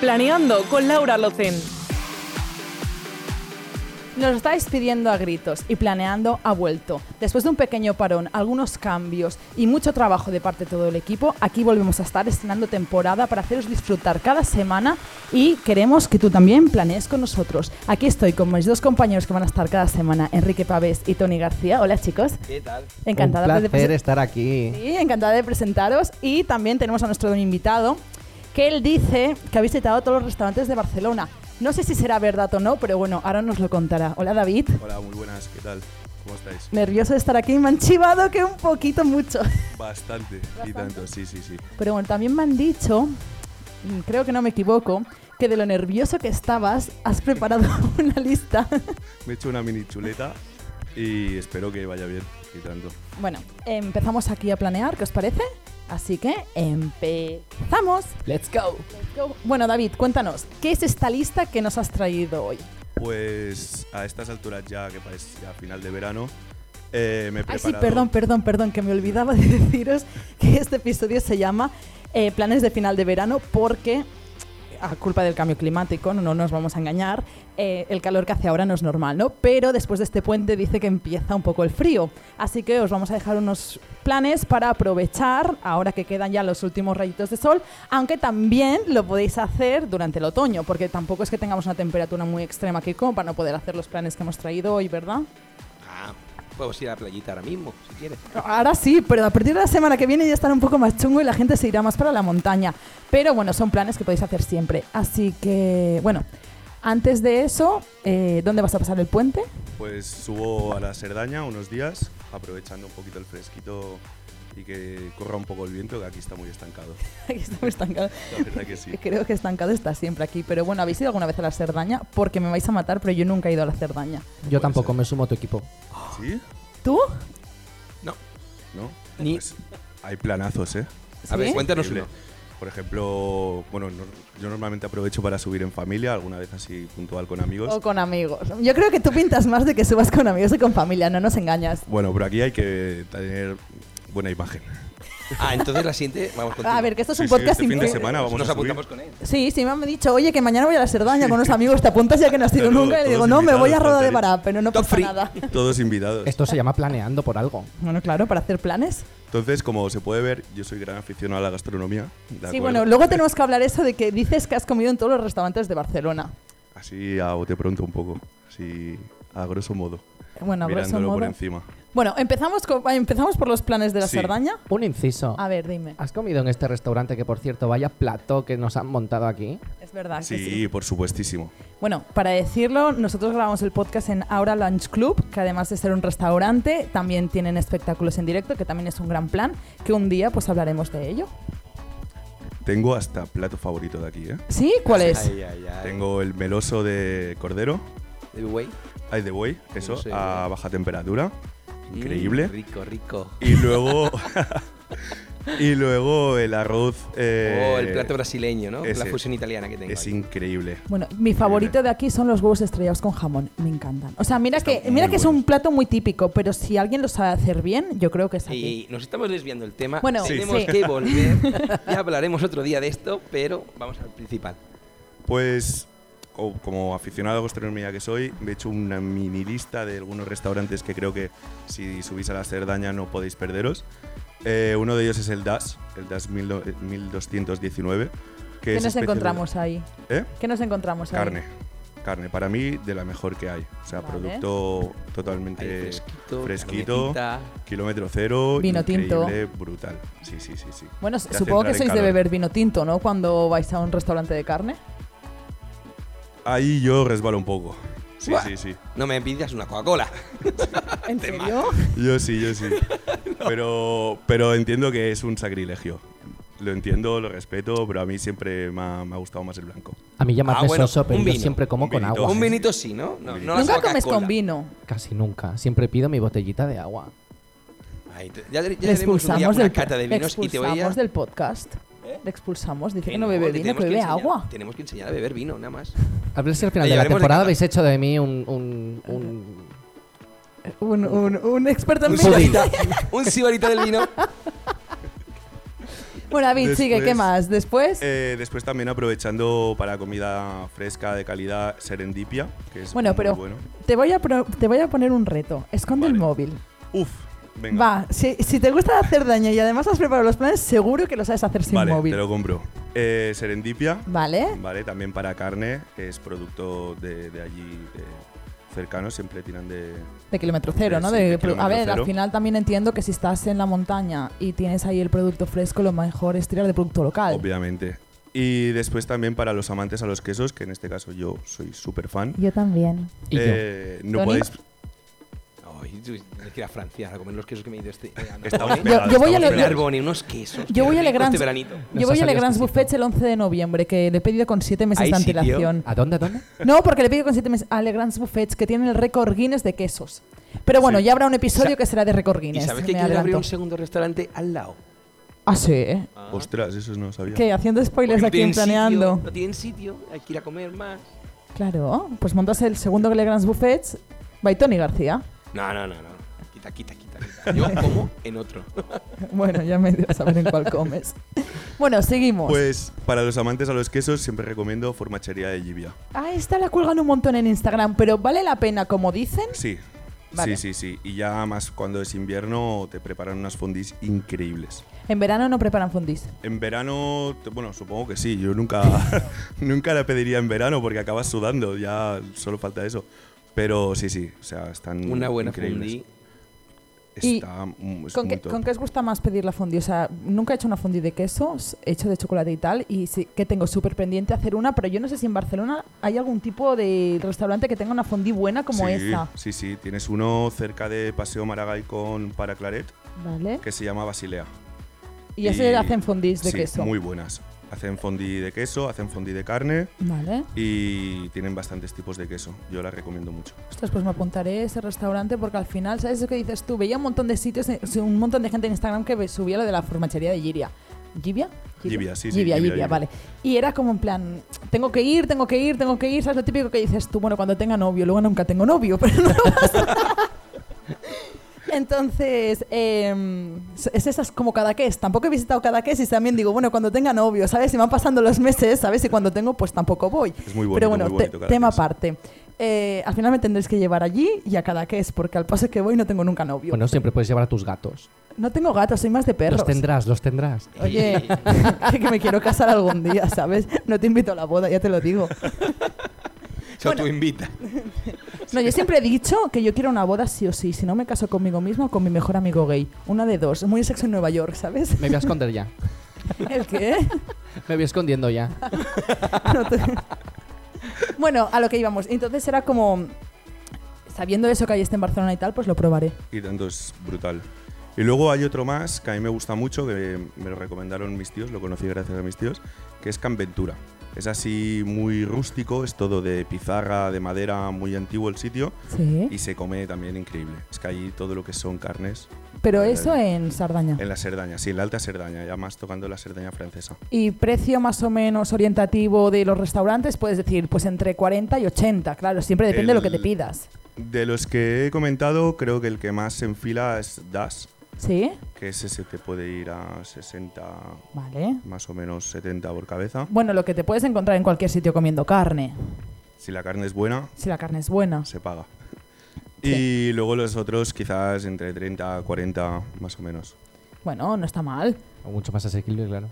Planeando con Laura Locen. Nos lo estáis pidiendo a gritos y planeando ha vuelto. Después de un pequeño parón, algunos cambios y mucho trabajo de parte de todo el equipo, aquí volvemos a estar estrenando temporada para haceros disfrutar cada semana y queremos que tú también planees con nosotros. Aquí estoy con mis dos compañeros que van a estar cada semana, Enrique Pavés y Tony García. Hola chicos. ¿Qué tal? Encantada pues, un de placer presen- estar aquí. Sí, encantada de presentaros y también tenemos a nuestro invitado que él dice que ha visitado todos los restaurantes de Barcelona. No sé si será verdad o no, pero bueno, ahora nos lo contará. Hola David. Hola, muy buenas, ¿qué tal? ¿Cómo estáis? Nervioso de estar aquí, me han chivado que un poquito mucho. Bastante, y tanto, sí, sí, sí. Pero bueno, también me han dicho, mm, creo que no me equivoco, que de lo nervioso que estabas has preparado una lista. Me he hecho una mini chuleta y espero que vaya bien, y tanto. Bueno, empezamos aquí a planear, ¿qué os parece? Así que empezamos. Let's go. Bueno, David, cuéntanos, ¿qué es esta lista que nos has traído hoy? Pues a estas alturas ya, que parece ya final de verano, eh, me he Ay, sí, preparado... perdón, perdón, perdón, que me olvidaba de deciros que este episodio se llama eh, Planes de final de verano porque, a culpa del cambio climático, no nos vamos a engañar, eh, el calor que hace ahora no es normal, ¿no? Pero después de este puente dice que empieza un poco el frío. Así que os vamos a dejar unos planes para aprovechar, ahora que quedan ya los últimos rayitos de sol, aunque también lo podéis hacer durante el otoño, porque tampoco es que tengamos una temperatura muy extrema aquí como para no poder hacer los planes que hemos traído hoy, ¿verdad? Ah, podemos ir a la playita ahora mismo, si quieres. Ahora sí, pero a partir de la semana que viene ya estará un poco más chungo y la gente se irá más para la montaña. Pero bueno, son planes que podéis hacer siempre. Así que, bueno, antes de eso, eh, ¿dónde vas a pasar el puente? Pues subo a la Cerdaña unos días, aprovechando un poquito el fresquito y que corra un poco el viento, que aquí está muy estancado. Aquí estamos estancados. La verdad que sí. Creo que estancado está siempre aquí. Pero bueno, ¿habéis ido alguna vez a la Cerdaña? Porque me vais a matar, pero yo nunca he ido a la Cerdaña. Yo tampoco me sumo a tu equipo. ¿Sí? ¿Tú? No. ¿No? Ni- Pues hay planazos, ¿eh? A ver, ¿Sí? cuéntanos uno. Increíble. Por ejemplo, bueno, no- yo normalmente aprovecho para subir en familia, alguna vez así puntual con amigos. ¿O con amigos? Yo creo que tú pintas más de que subas con amigos que con familia, no nos engañas. Bueno, pero aquí hay que tener buena imagen. Ah, entonces la siguiente, vamos contigo. A ver, que esto es Sí, un sí, podcast este fin de incre- semana vamos Nos a subir. apuntamos con él. Sí, sí, me han dicho, oye, que mañana voy a la Cerdaña con unos amigos, te apuntas ya que no has ido Claro, nunca. Y le digo, todos no, me voy a invitados, Roda de Fronteris. Bará, pero no Top pasa free. nada. Todos invitados. Esto se llama planeando por algo. Bueno, claro, para hacer planes. Entonces, como se puede ver, yo soy gran aficionado a la gastronomía. ¿de Sí, acuerdo? bueno, luego tenemos que hablar eso de que dices que has comido en todos los restaurantes de Barcelona. Así a bote pronto un poco, así a grosso modo. Bueno, a grosso mirándolo modo. por encima. Bueno, empezamos, con- empezamos por los planes de la Sí. Ah, Cerdaña. Un inciso. A ver, dime. ¿Has comido en este restaurante que, por cierto, vaya plato que nos han montado aquí? Es verdad. Ah, que Sí, sí. por supuestísimo. Bueno, para decirlo, nosotros grabamos el podcast en Aura Lunch Club, que además de ser un restaurante, también tienen espectáculos en directo, que también es un gran plan, que un día pues hablaremos de ello. Tengo hasta plato favorito de aquí, ¿eh? ¿Sí? ¿Cuál es? Ay, ay, ay. Tengo el meloso de cordero, El güey. ay, de buey, eso, Meloso de a buey. baja temperatura. Increíble. Mm, rico, rico. Y luego. y luego el arroz. eh, oh, el plato brasileño, ¿no? La ese. fusión italiana que tengo. Es ahí. increíble. Bueno, mi favorito de aquí son los huevos estrellados con jamón. Me encantan. O sea, mira Están que mira muy que es un buenos. plato muy típico, pero si alguien lo sabe hacer bien, yo creo que es Ey, aquí. ey, nos estamos desviando el tema. Bueno, Sí. tenemos sí. que volver. Ya hablaremos otro día de esto, pero vamos al principal. Pues, co- como aficionado a la gastronomía que soy, me he hecho una mini lista de algunos restaurantes que creo que si subís a la Cerdaña no podéis perderos. Eh, uno de ellos es el DAS, el DAS eh, 1219. Que ¿Qué es nos especial- encontramos ahí? ¿Eh? ¿Qué nos encontramos ahí? Carne. Carne, para mí, de la mejor que hay. O sea, Vale. producto totalmente Ahí fresquito. Eh, fresquito, carnecita. kilómetro cero, Vino tinto. increíble, brutal. Sí, sí, sí, sí. Bueno, Te hace supongo que entrar en sois de calor. beber vino tinto, ¿no? Cuando vais a un restaurante de carne. Ahí yo resbalo un poco. Sí, Buah. sí, sí. No me pidas una Coca-Cola. ¿En serio? Yo sí, yo sí. pero, pero entiendo que es un sacrilegio. Lo entiendo, lo respeto, pero a mí siempre me ha, me ha gustado más el blanco. A mí llamarme Ah, bueno, soso, pero un yo vinito, siempre como un con vinito. agua. Un vinito sí, ¿no? No, no las Nunca comes Coca-Cola. con vino. Casi nunca. Siempre pido mi botellita de agua. Ay, te- ya ya Le haremos un día expulsamos una del, cata de le vinos y te voy a... ¿Eh? expulsamos del podcast. Le expulsamos. Dice que, no bebe le vino, tenemos que bebe enseñar- agua. Tenemos que enseñar a beber vino, nada más. A ver si al final Le de la llevaremos de temporada cama. habéis hecho de mí un... un, un- Un, un- un experto en Un vino. sibarita, un sibarita del vino. Bueno, David, sigue, ¿qué Después- más? Después, Eh, después también aprovechando para comida fresca de calidad, serendipia, que es Bueno, muy pero- bueno. te, voy a pro- te voy a poner un reto. Esconde el Vale. móvil. Uf, venga. Va, si, si te gusta hacer daño y además has preparado los planes, seguro que lo sabes hacer sin vale, móvil. te lo compro. Eh, serendipia, Vale. Vale, también para carne, es producto de, de allí de cercano, siempre tiran de... De kilómetro cero, Eh, ¿no? sí, De- de pro- a kilómetro ver, al cero. final también entiendo que si estás en la montaña y tienes ahí el producto fresco, lo mejor es tirar de producto local. Obviamente. Y después también para los amantes a los quesos, que en este caso yo soy súper fan. Yo también. Y yo. Eh, no ¿Tony? podéis... Ay, tú, tienes que ir a Francia a comer los quesos que me he ido este verano. Estamos Boni. pegados, yo voy a estamos le- Hombre, pegados. Arboni, unos quesos. Yo voy a Qué rico Legrand- Este veranito. Yo Nos voy ha a salido Legrand's exquisito. Buffet el 11 de noviembre, que le he pedido con 7 meses ¿Hay de sitio? antelación. ¿A dónde, a dónde? No, porque le he pedido con 7 meses a Legrand's Buffets, que tienen el récord Guinness de quesos. Pero bueno, Sí. ya habrá un episodio Sa- que será de récord Y Guinness. sabes me que quieren abrir adelanto. un segundo restaurante al lado. Ah, sí. ¿eh? Ostras, eso no lo sabía. Que haciendo Porque spoilers no aquí en tienen sitio, planeando. no tienen sitio, hay que ir a comer más. Claro, pues montas el segundo Legrand's Buffets by Tony García. No, no, no, no. Quita, quita, quita. quita. Yo como en otro. Bueno, ya me dirás a saber en cuál comes. Bueno, seguimos. Pues para los amantes a los quesos siempre recomiendo formachería de Llivia. Ah, esta la cuelgan un montón en Instagram, pero vale la pena, como dicen. Sí. Vale. Sí, sí, sí. Y ya más cuando es invierno te preparan unas fondis increíbles. En verano no preparan fondis. En verano, te- bueno, supongo que sí. Yo nunca, nunca la pediría en verano porque acabas sudando. Ya solo falta eso. Pero sí, sí. O sea, están Una buena increíbles. fundí. Y Está, mm, es ¿Con un qué, top. con qué os gusta más pedir la fondue? O sea, nunca he hecho una fondue de quesos, he hecho de chocolate y tal, y sí que tengo súper pendiente hacer una, pero yo no sé si en Barcelona hay algún tipo de restaurante que tenga una fondue buena como sí, esta. Sí, sí. Tienes uno cerca de Paseo Maragall con Paraclaret ¿Vale? que se llama Basilea. Y ya se y- hacen fondues de sí, queso. muy buenas. Hacen fondí de queso, hacen fondí de carne Vale. y tienen bastantes tipos de queso. Yo la recomiendo mucho. Ostras, pues me apuntaré a ese restaurante porque al final, ¿sabes eso que dices tú? Veía un montón de sitios, eh, un montón de gente en Instagram que ve- subía lo de la formachería de Giria. ¿Gibia? Llivia, sí, sí, Gibia, Llivia, Gibia, Llivia. vale. Y era como en plan, tengo que ir, tengo que ir, tengo que ir, ¿sabes lo típico que dices tú? Bueno, cuando tenga novio, luego nunca tengo novio, pero no pasa nada. Entonces, eh, es esas como Cadaqués. Tampoco he visitado Cadaqués y también digo, bueno, cuando tenga novio, ¿sabes? Si van pasando los meses, ¿sabes? Y cuando tengo, pues tampoco voy. Es muy bonito, Pero bueno, muy te- bonito Cadaqués. tema aparte. Eh, al final me tendréis que llevar allí y a cada que es, porque al paso que voy no tengo nunca novio. Bueno, siempre puedes llevar a tus gatos. no tengo gatos, soy más de perros. Los tendrás, los tendrás. Oye, que me quiero casar algún día, ¿sabes? No te invito a la boda, ya te lo digo. Eso tú invita. No, yo siempre he dicho que yo quiero una boda sí o sí, si no me caso conmigo mismo o con mi mejor amigo gay. Una de dos, muy sexo en Nueva York, ¿sabes? Me voy a esconder ya. ¿El qué? Me voy escondiendo ya. No te- Bueno, a lo que íbamos. Entonces era como, sabiendo eso que hay este en Barcelona y tal, pues lo probaré. y tanto es brutal. Y luego hay otro más que a mí me gusta mucho, que me lo recomendaron mis tíos, lo conocí gracias a mis tíos, que es Canventura. Es así muy rústico, es todo de pizarra, de madera, muy antiguo el sitio Sí. y se come también increíble. Es que allí todo lo que son carnes Pero Vale, eso vale. en Sardaña. en la Cerdaña, sí, en la alta Cerdaña, ya más tocando la Cerdaña francesa. Y precio más o menos orientativo de los restaurantes, puedes decir, pues entre 40 y 80, claro, siempre depende de lo que te El- pidas. De los que he comentado, creo que el que más se enfila es Das, ¿Sí? que ese se te puede ir a 60, Vale. más o menos 70 por cabeza. Bueno, lo que te puedes encontrar en cualquier sitio comiendo carne, Si la carne es buena, si la carne es buena. se paga. Y luego los otros quizás entre 30, 40, más o menos. Bueno, no está mal. O mucho más asequible, claro.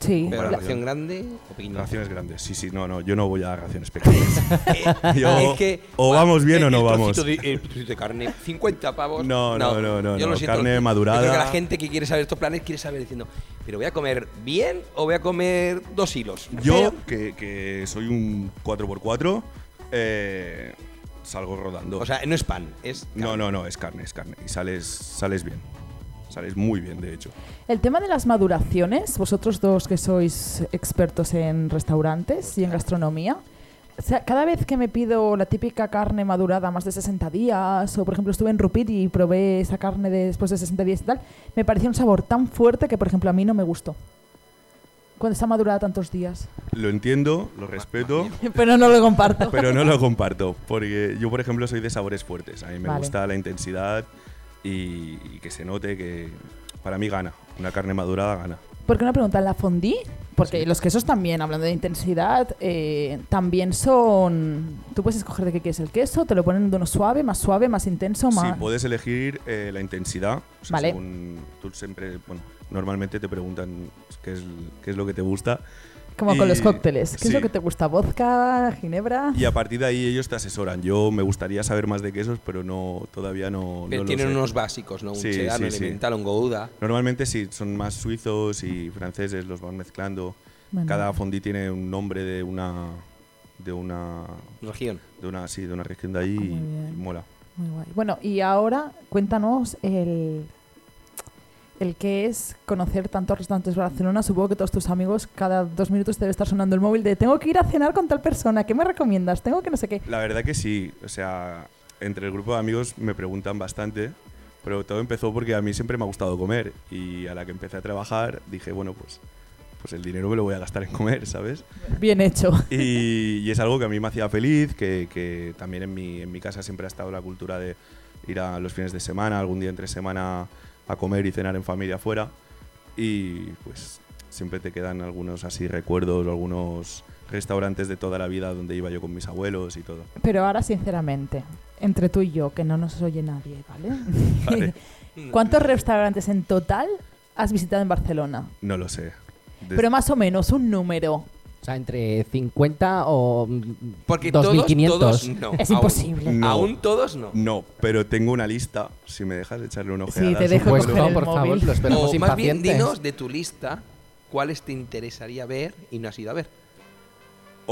Sí. Pero Bueno, La- ración grande o pequeña. Raciones grandes, sí, sí, no, no, yo no voy a raciones pequeñas. Yo- Eh, Es que- o vamos bien El- o no el vamos. trocito de- el trocito de carne, 50 pavos. No, no, no, no, Yo no, lo siento. carne Yo madurada. creo que la gente que quiere saber estos planes quiere saber diciendo, pero voy a comer bien o voy a comer dos hilos. Yo, que, que soy un 4x4, eh, salgo rodando. O sea, no es pan, es no, no, no, es carne, es carne. Y sales, sales bien. Sales muy bien, de hecho. El tema de las maduraciones, vosotros dos que sois expertos en restaurantes y en gastronomía, o sea, cada vez que me pido la típica carne madurada más de 60 días, o por ejemplo estuve en Rupit y probé esa carne de- después de 60 días y tal, me parecía un sabor tan fuerte que por ejemplo a mí no me gustó. Cuando está madurada tantos días. Lo entiendo, lo respeto. Pero no lo comparto. pero no lo comparto, porque yo, por ejemplo, soy de sabores fuertes. A mí me Vale. gusta la intensidad y, y que se note que para mí gana. Una carne madurada gana. ¿Por qué no preguntan la fondí? Porque los quesos también, hablando de intensidad, eh, también son... Tú puedes escoger de qué quieres el queso, te lo ponen de uno suave, más suave, más intenso, Sí, pues, más... puedes elegir eh, la intensidad. O sea, Vale. según tú siempre, bueno, normalmente te preguntan qué es, qué es lo que te gusta. Como con los y- cócteles. ¿Qué es lo sí. que te gusta? ¿Vodka? ¿Ginebra? Y a partir de ahí ellos te asesoran. Yo me gustaría saber más de quesos, pero no todavía no, no Pero lo tienen sé. unos básicos, ¿no? Un Sí, cheddar, sí, un sí. elemental, un gouda. Normalmente sí, son más suizos y franceses, los van mezclando. Bueno. Cada fondí tiene un nombre de una de una Región. de una sí, de una región de ahí Ah, y, muy bien. y mola. Muy guay. Bueno, y ahora cuéntanos el, el qué es conocer tantos restaurantes de Barcelona. Supongo que todos tus amigos cada dos minutos te debe estar sonando el móvil de tengo que ir a cenar con tal persona, ¿qué me recomiendas? Tengo que no sé qué. La verdad que sí, o sea, entre el grupo de amigos me preguntan bastante, pero todo empezó porque a mí siempre me ha gustado comer y a la que empecé a trabajar dije, bueno, pues pues el dinero me lo voy a gastar en comer, ¿sabes? Bien hecho. Y, y es algo que a mí me hacía feliz, que, que también en mi, en mi casa siempre ha estado la cultura de ir a los fines de semana, algún día entre semana a comer y cenar en familia afuera. Y pues siempre te quedan algunos así recuerdos, algunos restaurantes de toda la vida donde iba yo con mis abuelos y todo. Pero ahora, sinceramente, entre tú y yo, que no nos oye nadie, ¿vale? Vale. ¿Cuántos restaurantes en total has visitado en Barcelona? No lo sé. Des- Pero más o menos, un número. O sea, entre 50 o mm, Porque 2500. todos, todos no. Es aún. imposible. No. Aún todos no. no, pero tengo una lista, si me dejas de echarle un ojeada. te dejo supongo. Pues coger no, el por móvil. favor, lo esperamos o más bien, impacientes. dinos de tu lista cuáles te interesaría ver y no has ido a ver.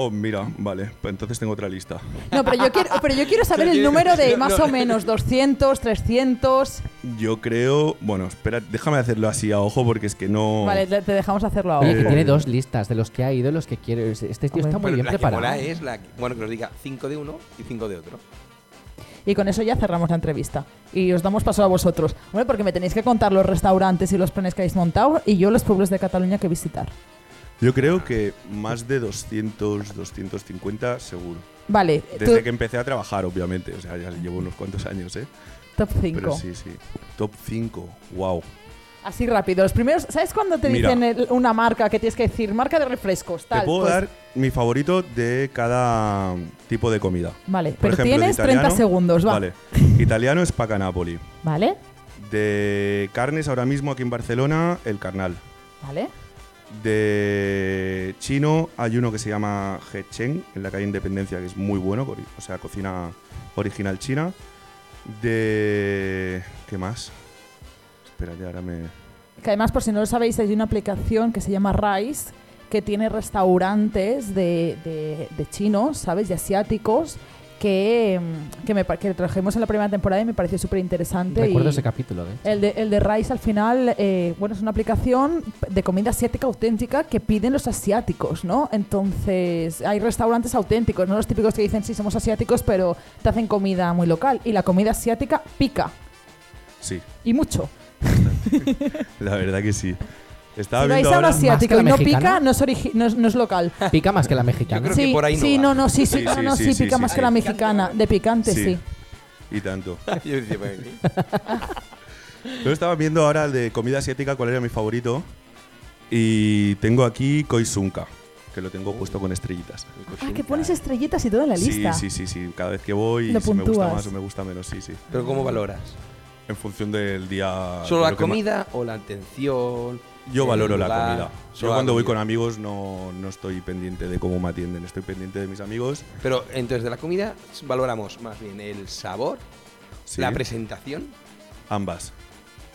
Oh, mira, vale, pues entonces tengo otra lista. No, pero yo quiero, pero yo quiero saber el número de más o menos 200, 300. Yo creo. Bueno, espera, déjame hacerlo así a ojo porque es que no. Vale, te te dejamos hacerlo Oye, que Eh, ahora. tiene dos listas de los que ha ido y los que quiere. Este tío Hombre, está muy Pero bien la preparado. que mola es la que- bueno, que nos diga 5 de uno y 5 de otro. Y con eso ya cerramos la entrevista. Y os damos paso a vosotros. Hombre, porque me tenéis que contar los restaurantes y los planes que habéis montado y yo los pueblos de Cataluña que visitar. Yo creo que más de 200, 250 seguro. Vale, Desde Eh, tú- que empecé a trabajar, obviamente. O sea, ya llevo unos cuantos años, ¿eh? top Pero 5. sí, sí. Top 5. Wow. Así rápido. Los primeros, ¿sabes cuando te Mira. dicen el- una marca que tienes que decir? Marca de refrescos, tal. Te puedo pues- dar mi favorito de cada tipo de comida. Vale, Por pero ejemplo, de tienes 30 italiano- segundos, va. Vale. Italiano es Pacanapoli. Vale, De carnes, ahora mismo aquí en Barcelona, el carnal. vale. De chino hay uno que se llama He Cheng en la calle Independencia, que es muy bueno, cori- o sea, cocina original china. De... ¿Qué más? Espera, que ahora me... Que además, por si no lo sabéis, hay una aplicación que se llama Rice que tiene restaurantes de, de- de chinos, ¿sabes? De asiáticos que, mm, que, me, pa- que trajimos en la primera temporada y me pareció súper interesante. Recuerdo ese capítulo, ¿eh? El de, el de Rice al final, eh, bueno, es una aplicación de comida asiática auténtica que piden los asiáticos, ¿no? Entonces, hay restaurantes auténticos, no los típicos que dicen, sí, somos asiáticos, pero te hacen comida muy local. Y la comida asiática pica, Sí, y mucho. la verdad que sí. Estaba Si vais viendo a un ahora... asiático y no Más que la pica, mexicana. no es, origi- no es- no es local. Pica más que la mexicana. Eh. Yo creo que sí, por ahí no sí, va. no, no, sí, sí, Sí, no, sí, no, sí, sí, sí, pica más sí. que la mexicana, de picante, sí. Y tanto. Yo decía, "Bueno, ¿qué?". Ah, Yo estaba viendo ahora el de comida asiática, cuál era mi favorito. Y tengo aquí Koizunka, que lo tengo puesto con estrellitas. Ah, que pones estrellitas y todo en la lista. Sí, sí, sí, sí. Cada vez que voy, Lo si me gusta puntúas. más o me gusta menos, sí, sí. Pero ¿cómo valoras? En función del día. ¿Solo de la Ah, lo que ma- comida o la atención? Yo el valoro la lugar? comida. Yo Solo la cuando voy comida. con amigos no, no estoy pendiente de cómo me atienden, estoy pendiente de mis amigos. Pero entonces de la comida valoramos más bien el sabor, Sí, la presentación ambas.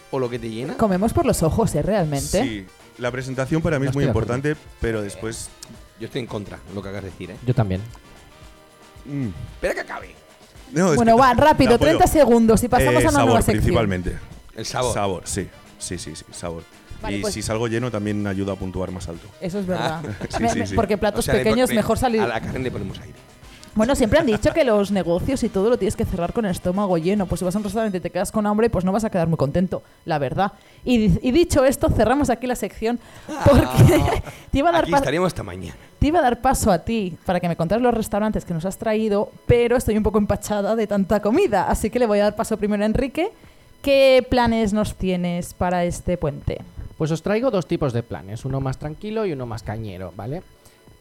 o lo que te llena. Comemos por los ojos, ¿eh? Realmente. Sí, la presentación para mí No es muy estoy de acuerdo. importante, pero después. Yo estoy en contra de lo que hagas decir, ¿eh? Yo también. Mm. Espera que acabe. No, es Bueno, que- va, De rápido, acuerdo. 30 segundos y pasamos Eh, a una sabor, nueva sección. principalmente. El sabor. Sabor, sí. Sí, sí, sí, sabor. Vale, y pues- si salgo lleno también ayuda a puntuar más alto. Eso es verdad. Ah, sí, Me- sí, me- sí. Porque platos O sea, le pequeños pon- mejor salir. A la carne le ponemos aire. Bueno, siempre han dicho que los negocios y todo lo tienes que cerrar con el estómago lleno. Pues si vas a un restaurante y te quedas con hambre, pues no vas a quedar muy contento, la verdad. Y, di- y dicho esto, cerramos aquí la sección porque te, iba a dar Ah. Aquí pas- estaríamos hasta mañana. te iba a dar paso a ti para que me contaras los restaurantes que nos has traído, pero estoy un poco empachada de tanta comida. Así que le voy a dar paso primero a Enrique. ¿Qué planes nos tienes para este puente? Pues os traigo dos tipos de planes, uno más tranquilo y uno más cañero, ¿vale?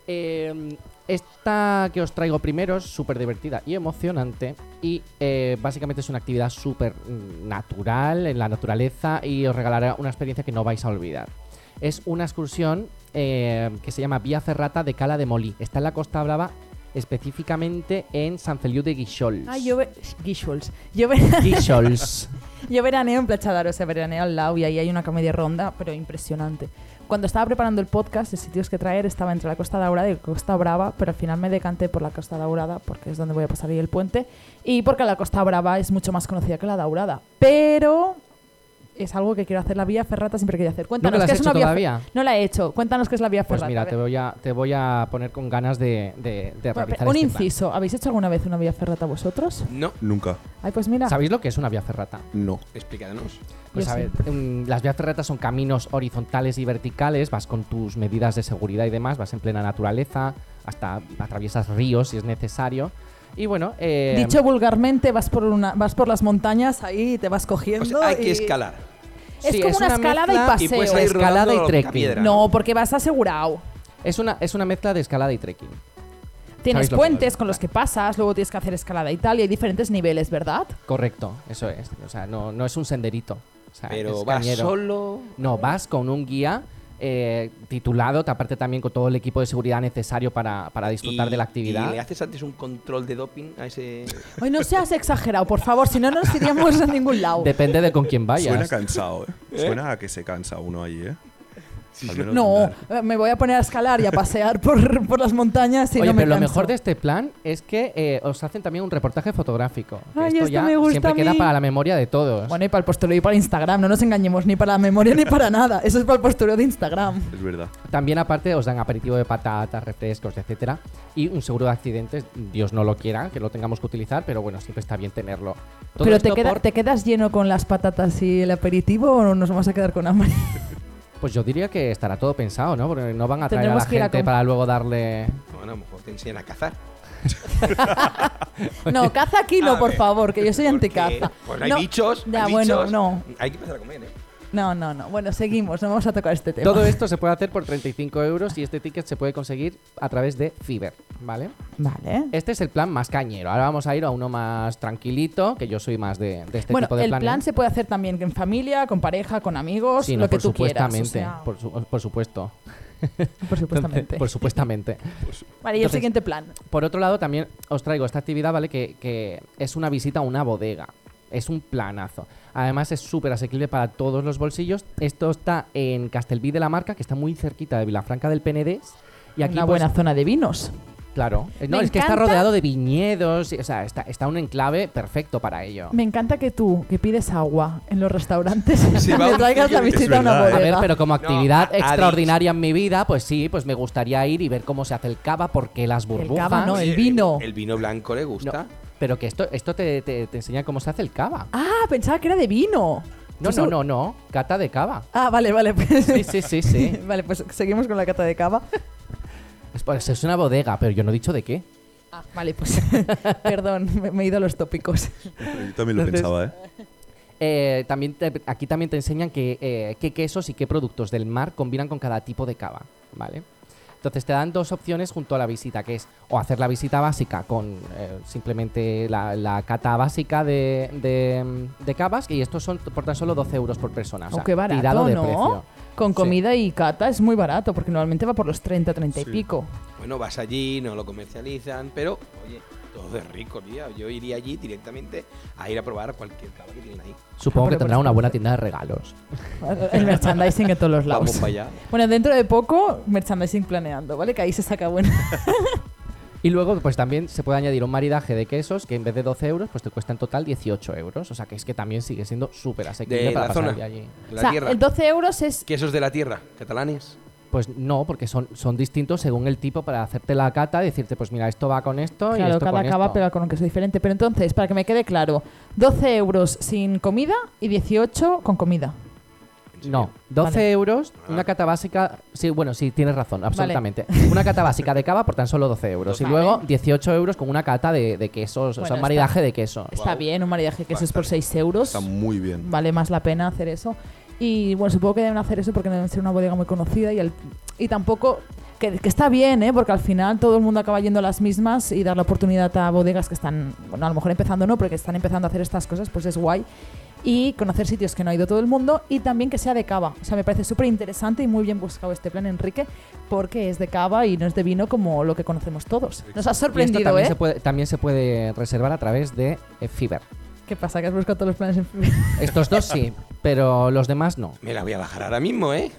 Eh, esta que os traigo primero es súper divertida y emocionante y eh, básicamente es una actividad súper mm, natural en la naturaleza y os regalará una experiencia que no vais a olvidar. Es una excursión eh, que se llama Vía Ferrata de Cala de Molí. Está en la Costa Brava, específicamente en San Feliu de Guixols. Ah, yo... ve- Guixols. Yo, vera- Guixols. yo veraneo en Plachadaro, o sea, veraneo al lado y ahí hay una comedia ronda, pero impresionante. Cuando estaba preparando el podcast de sitios que traer, estaba entre la Costa Daurada y la Costa Brava, pero al final me decanté por la Costa Daurada porque es donde voy a pasar ahí el puente y porque la Costa Brava es mucho más conocida que la Daurada. Pero es algo que quiero hacer la vía ferrata siempre quería hacer. Cuéntanos la has qué es hecho una vía todavía? fer- No la he hecho. Cuéntanos qué es la vía Pues ferrata. mira, a ver. te voy a, te voy a poner con ganas de, de, de Bueno, realizar pero un este plan. inciso, ¿habéis hecho alguna vez una vía ferrata vosotros? No, Nunca. Ay, pues mira. ¿Sabéis lo que es una vía ferrata? No. explícanos. Pues Yo a sí. ver, mm, las vías ferratas son caminos horizontales y verticales, vas con tus medidas de seguridad y demás, vas en plena naturaleza, hasta atraviesas ríos si es necesario. Y bueno, eh, Dicho vulgarmente, vas por una, vas por las montañas ahí y te vas cogiendo. O sea, hay y- que escalar. Es sí, como una, escalada y mezcla- paseo. Y puedes ir escalada rodando y la trekking. piedra. No, porque vas asegurado. es una, es una mezcla de escalada y trekking. Tienes Sabéis lo que puentes vale. con los que pasas, luego tienes que hacer escalada y tal, y hay diferentes niveles, ¿verdad? Correcto, eso es. O sea, no, no es un senderito. O sea, Pero es vas cañero. solo. No, vas con un guía eh, titulado, te aparte también con todo el equipo de seguridad necesario para, para disfrutar y- de la actividad. Y le haces antes un control de doping a ese. Hoy no seas exagerado, por favor, si no, no nos iríamos a ningún lado. Depende de con quién vayas. Suena cansado, ¿eh? Suena a que se cansa uno ahí, ¿eh? Al menos No, andar. eh, me voy a poner a escalar y a pasear por, por las montañas y Oye, no me pero lo canso. mejor de este plan es que eh, os hacen también un reportaje fotográfico. que Ay, esto esto ya me gusta siempre a queda mí. para la memoria de todos. Bueno, y para el postureo y para Instagram, no nos engañemos ni para la memoria ni para nada. Eso es para el postureo de Instagram. Es verdad. También aparte os dan aperitivo de patatas, refrescos, etcétera, y un seguro de accidentes, Dios no lo quiera, que lo tengamos que utilizar, pero bueno, siempre está bien tenerlo. Todo Pero te, esto queda- por- te quedas lleno con las patatas y el aperitivo o nos vamos a quedar con hambre. Pues yo diría que estará todo pensado, ¿no? Porque no van a traer a Tendremos la que ir a gente com- para luego darle... Bueno, a lo mejor te enseñan a cazar. No, caza aquí no, A por ver. favor, que yo soy Porque, anticaza. Pues hay no, bichos. Ya, hay bueno, bichos. no. Hay que empezar a comer, ¿eh? No, no, no. Bueno, seguimos, no vamos a tocar este tema. Todo esto se puede hacer por 35 euros y este ticket se puede conseguir a través de Fiverr, ¿vale? Vale. Este es el plan más cañero. Ahora vamos a ir a uno más tranquilito, que yo soy más de, de este bueno, tipo de el planes. plan se puede hacer también en familia, con pareja, con amigos, Sí, no, lo que por tú quieras. supuestamente, o sea, por, su- por supuesto. por supuestamente. Por supuestamente. vale, y el entonces- siguiente plan. Por otro lado, también os traigo esta actividad, ¿vale? Que, que es una visita a una bodega. Es un planazo. Además, es súper asequible para todos los bolsillos. Esto está en Castelví de la Marca, que está muy cerquita de Vilafranca del Penedés. Y aquí, Una pues, buena zona de vinos. Claro. Eh, No, Me es que está encanta. rodeado de viñedos. y- O sea, está, está un enclave perfecto para ello. Me encanta que tú, que pides agua en los restaurantes, Sí, va me un traigas tío la que- Es visita a una verdad, ¿eh? bodega. A ver, pero como actividad ha- ha extraordinaria en mi vida, pues sí, pues me gustaría ir y ver cómo se hace el cava, porque las cava burbujas. no, el Oye, vino. Ah, El vino blanco le gusta. No, pero que esto, esto te, te- te enseña cómo se hace el cava. Ah, pensaba que era de vino. No, Pues no, seguro- no, no. Cata de cava. Ah, vale, vale. Pues, Sí, sí, sí, sí. vale, pues seguimos con la cata de cava. Es, pues es una bodega, pero yo no he dicho de qué. Ah, vale, pues perdón, me, me he ido a los tópicos. Yo también lo Entonces- pensaba, ¿eh? Eh, también te- aquí también te enseñan que, eh, qué quesos y qué productos del mar combinan con cada tipo de cava, ¿vale? Entonces te dan dos opciones junto a la visita, que es o hacer la visita básica con eh, simplemente la, la cata básica de, de, mm, de cavas, y estos son por tan solo 12 euros por persona. O sea, Aunque Oh, barato, tirado de ¿no? precio. Con Sí. comida y cata es muy barato, porque normalmente va por los 30, 30 y Sí. pico. Bueno, vas allí, no lo comercializan, pero oye, todo es rico, tío. Yo iría allí directamente a ir a probar cualquier cava que tienen ahí. Ah, Supongo que pero por tendrá una ejemplo- buena tienda de regalos. El merchandising en todos los lados. Vamos para allá. Bueno, dentro de poco, merchandising planeando, ¿vale? Que ahí se saca bueno. Y luego, pues también se puede añadir un maridaje de quesos que en vez de 12 euros, pues te cuesta en total 18 euros. O sea que es que también sigue siendo súper asequible De para la pasar zona, de allí. de o la sea, tierra. el 12 euros es. Quesos de la tierra, catalanes. Pues no, porque son, son distintos según el tipo para hacerte la cata, decirte, pues mira, esto va con esto y Claro, esto cada con cava esto. pega con un queso diferente. Pero entonces, para que me quede claro, 12 euros sin comida y 18 con comida. ¿En serio? No, 12 Vale. euros, Ah. una cata básica. Sí, bueno, sí, tienes razón, absolutamente. Una cata básica de cava por tan solo 12 euros. Y Vale. luego 18 euros con una cata de, de quesos, o Bueno, sea, un está- maridaje de quesos. Está bien, un maridaje que eso es por 6 euros. Está muy bien. Vale más la pena hacer eso. Y bueno, supongo que deben hacer eso porque deben ser una bodega muy conocida y, al- y tampoco. Que, que está bien, ¿eh? porque al final todo el mundo acaba yendo a las mismas y dar la oportunidad a bodegas que están, bueno, a lo mejor empezando no, pero que están empezando a hacer estas cosas, pues es guay. Y conocer sitios que no ha ido todo el mundo y también que sea de cava. O sea, me parece súper interesante y muy bien buscado este plan, Enrique, porque es de cava y no es de vino como lo que conocemos todos. Nos ha Y esto sorprendido, también, ¿eh? se puede, también se puede reservar a través de eh, Fiverr. ¿Qué pasa? ¿Que has buscado todos los planes en Estos dos sí, pero los demás no. Me la voy a bajar ahora mismo, ¿eh?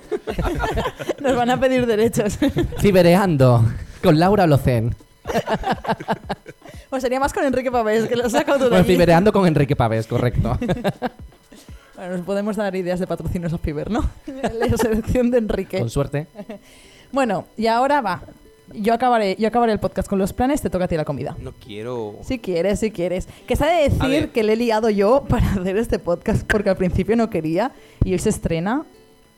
Nos van a pedir derechos. Cibereando con Laura Locen. o Pues sería más con Enrique Pavés, que lo has sacado tú de Bueno, allí. cibereando con Enrique Pavés, correcto. Bueno, nos podemos dar ideas de patrocinios a Fiber, ¿no? La selección de Enrique. Con Pues- suerte. Bueno, y ahora va. Yo acabaré, yo acabaré el podcast con los planes, te toca a ti la comida. No quiero. Si quieres, si quieres. Que está de A decir ver. que le he liado yo para hacer este podcast porque al principio no quería y hoy se estrena.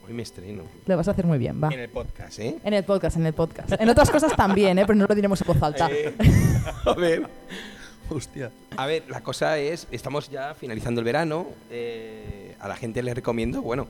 Hoy me estreno. Lo vas a hacer muy bien, va. En el podcast, ¿eh? En el podcast, en el podcast. En otras cosas también, ¿eh? pero no lo diremos en voz alta. Eh, a ver. Hostia. A ver, la cosa es, estamos ya finalizando el verano. eh, a la gente les recomiendo, bueno,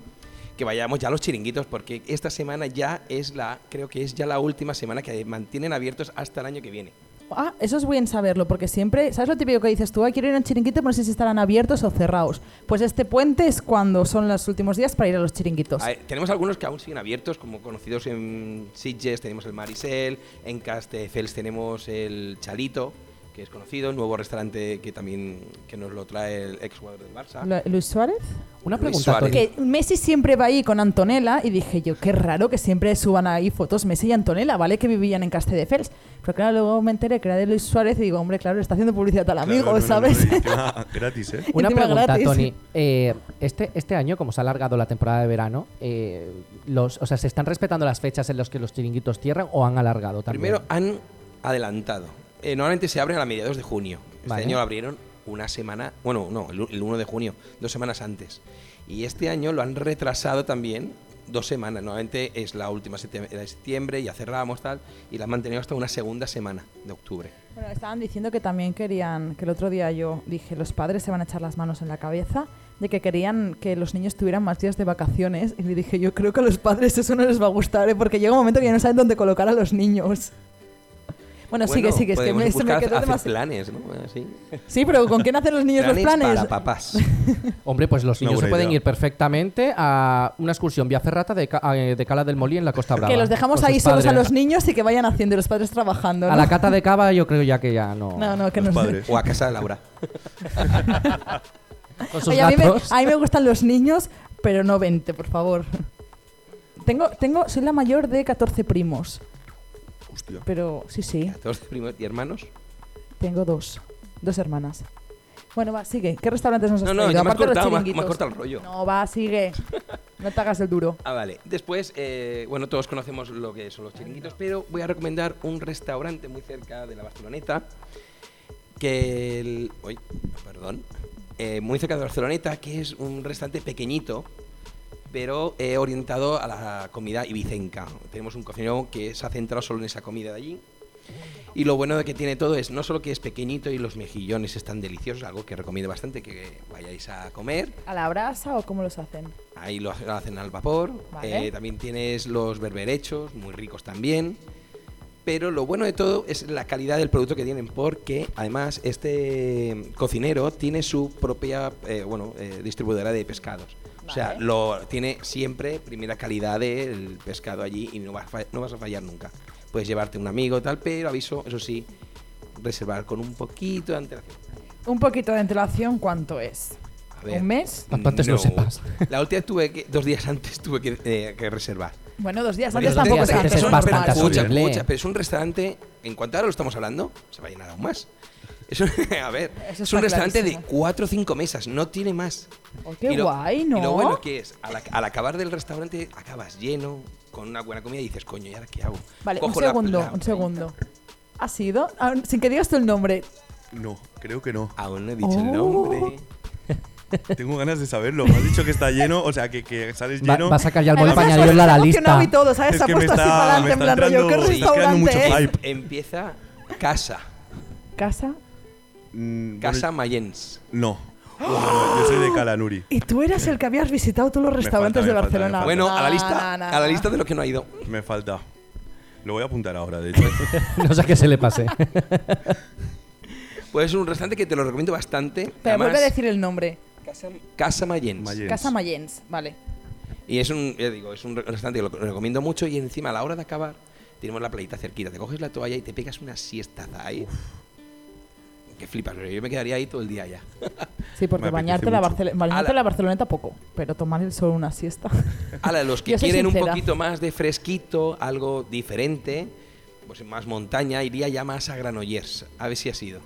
que vayamos ya a los chiringuitos, porque esta semana ya es la, creo que es ya la última semana que mantienen abiertos hasta el año que viene. Ah, eso es bien saberlo, porque siempre, ¿sabes lo típico que dices tú? "Ay, quiero ir a un chiringuito, pero no sé si estarán abiertos o cerrados. Pues este puente es cuando son los últimos días para ir a los chiringuitos. A ver, tenemos algunos que aún siguen abiertos, como conocidos en Sitges tenemos el Marisel, en Castelldefels tenemos el Chalito, que es conocido, nuevo restaurante que también que nos lo trae el ex jugador del Barça. Lo- Luis Suárez. Una Luis pregunta, Suárez. Tony. Que Messi siempre va ahí con Antonella y dije yo, qué raro que siempre suban ahí fotos Messi y Antonella, ¿vale? Que vivían en Castelldefels. Pero claro, luego me enteré que era de Luis Suárez y digo, hombre, claro, le está haciendo publicidad al amigo, Claro, no, no, ¿sabes? no, y encima gratis, ¿eh? Una Encima pregunta, gratis. Tony. Eh, este, este año, como se ha alargado la temporada de verano, eh, los, o sea, ¿se están respetando las fechas en las que los chiringuitos cierran o han alargado también? ah, Primero han adelantado. Eh, normalmente se abren a la mediados de junio. Este Vale. año lo abrieron una semana, bueno, no, el u- el 1 de junio, dos semanas antes. Y este año lo han retrasado también dos semanas. Normalmente es la última septiembre- de septiembre, ya cerramos tal, y la han mantenido hasta una segunda semana de octubre. Bueno, estaban diciendo que también querían, que el otro día yo dije, los padres se van a echar las manos en la cabeza de que querían que los niños tuvieran más días de vacaciones y le dije, yo creo que a los padres eso no les va a gustar, ¿eh? porque llega un momento que ya no saben dónde colocar a los niños. Bueno, sigue, Bueno, sigue, es que podemos me, se me buscar quedó hacer demasiado. planes, ¿no? Así. Sí, pero ¿con quién hacen los niños los planes? para papás. Hombre, pues los Una niños se buena pueden idea. ir perfectamente a una excursión vía ferrata de, Ca- eh, de Cala del Molí en la Costa Brava. que los dejamos con ahí sus solos a padres. los niños y que vayan haciendo y los padres trabajando. ¿no? A la cata de cava yo creo ya que ya no. no, no, que Los nos- padres. O a casa de Laura. Con sus Oye, a, mí me, gatos. a mí me gustan los niños, pero no 20, por favor. Tengo, tengo, soy la mayor de 14 primos, Hostia. pero sí, sí, 14 primos y hermanos. tengo dos, dos hermanas. Bueno, va, sigue. ¿Qué restaurantes nos has No, no, traído? ya me has Aparte de los cortado, me has- chiringuitos. me has cortado el rollo. No, va, sigue. No te hagas el duro. Ah, vale. Después, eh, bueno, todos conocemos lo que son los chiringuitos, pero voy a recomendar un restaurante muy cerca de la Barceloneta, que el... Uy, perdón. Eh, muy cerca de la Barceloneta, que es un restaurante pequeñito, pero eh, orientado a la comida ibicenca. Tenemos un cocinero que se ha centrado solo en esa comida de allí. Y lo bueno de que tiene todo es no solo que es pequeñito y los mejillones están deliciosos, algo que recomiendo bastante que vayáis a comer, ¿A la brasa o cómo los hacen? Ahí lo lo hacen al vapor. Vale. Eh, también tienes los berberechos, muy ricos también. Pero lo bueno de todo es la calidad del producto que tienen, porque además este cocinero tiene su propia eh, bueno, eh, distribuidora de pescados. O sea, Vale. lo tiene siempre primera calidad del pescado allí y no vas, a fa- no vas a fallar nunca. Puedes llevarte un amigo tal, pero aviso, eso sí, reservar con un poquito de antelación. Un poquito de antelación, ¿cuánto es? A ¿Un mes? Cuanto antes lo sepas. La última tuve que, dos días antes tuve que, eh, que reservar. Bueno, dos días Bueno, antes dos días tampoco antes tanto, es ¿no? bastante Normal. azul. Escucha, horrible. escucha, pero es un restaurante, en cuanto ahora lo estamos hablando, se va a llenar aún más. Es un, a ver, Eso es un está restaurante clarísimo. de cuatro o cinco mesas, no tiene más. Oh, qué Y lo- guay, ¿no? Y lo bueno que es, al, ac- al acabar del restaurante acabas lleno, con una buena comida y dices, coño, ¿y ahora qué hago? Vale, Cojo un la- segundo, la- un segundo. ¿Ha sido? Ah, Sin que digas tú el nombre. No, creo que no. Aún no he dicho el Oh. nombre. Tengo ganas de saberlo. Me has dicho que está lleno, o sea, que, que sales Va, lleno. va a sacar ya el bol Además, para se ha añadirlo a la emocionado lista. y todo, ¿sabes? Es Se ha que me puesto así está- para adelante, me en está plan rollo, ¿qué entrando- está creando mucho restaurante es? hype. Empieza Casa, ¿Casa? Mm, bueno, Casa Mayens. No. Yo soy de Calanuri. Y tú eras el que habías visitado todos los Me restaurantes falta, me de falta, me Barcelona. falta. Bueno, a Na, la lista, na, a la na. lista de los que no ha ido. Me falta. Lo voy a apuntar ahora, de hecho. No sé qué se le pase. Pues es un restaurante que te lo recomiendo bastante. Pero Además, vuelve a decir el nombre. Casa, Casa Mayens. Mayens. Casa Mayens, vale. Y es un, ya digo, es un re- restaurante que lo recomiendo mucho y encima a la hora de acabar tenemos la playita cerquita. Te coges la toalla y te pegas una siesta ahí. Que flipas, pero yo me quedaría ahí todo el día ya. Sí, porque Me apetece bañarte la, mucho. Barcel- bañarte Ala. la Barceloneta poco, pero tomar el sol una siesta. Ahora, los que Yo soy quieren un sincera. poquito más de fresquito, algo diferente, pues más montaña, iría ya más a Granollers. A ver si ha sido.